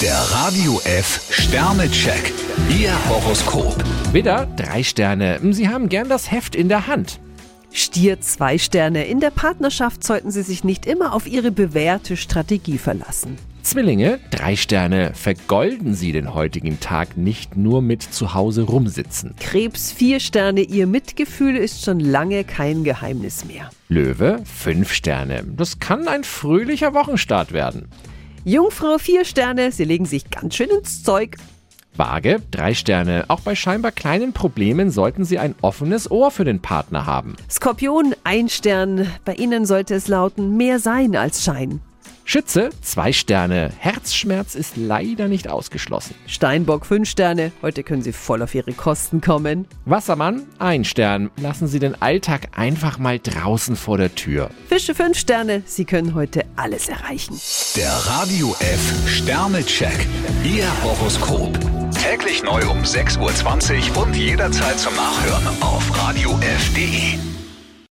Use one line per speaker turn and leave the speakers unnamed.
Der Radio F Sternecheck. Ihr Horoskop.
Widder, drei Sterne. Hm, Sie haben gern das Heft in der Hand.
Stier zwei Sterne. In der Partnerschaft sollten Sie sich nicht immer auf Ihre bewährte Strategie verlassen.
Zwillinge, drei Sterne. Vergolden Sie den heutigen Tag nicht nur mit zu Hause rumsitzen.
Krebs vier Sterne. Ihr Mitgefühl ist schon lange kein Geheimnis mehr.
Löwe, fünf Sterne. Hm, Das kann ein fröhlicher Wochenstart werden.
Jungfrau vier Sterne. Sie legen sich ganz schön ins Zeug.
Waage, drei Sterne. Auch bei scheinbar kleinen Problemen sollten Sie ein offenes Ohr für den Partner haben.
Skorpion ein Stern. Bei Ihnen sollte es lauten mehr sein als scheinen.
Schütze, zwei Sterne. Herzschmerz ist leider nicht ausgeschlossen.
Steinbock fünf Sterne. Heute können Sie voll auf Ihre Kosten kommen.
Wassermann, ein Stern. Lassen Sie den Alltag einfach mal draußen vor der Tür.
Fische fünf Sterne. Sie können heute alles erreichen.
Der Radio F Sternecheck. Ihr Horoskop. Täglich neu um 6.20 Uhr und jederzeit zum Nachhören auf Radio radiof.de.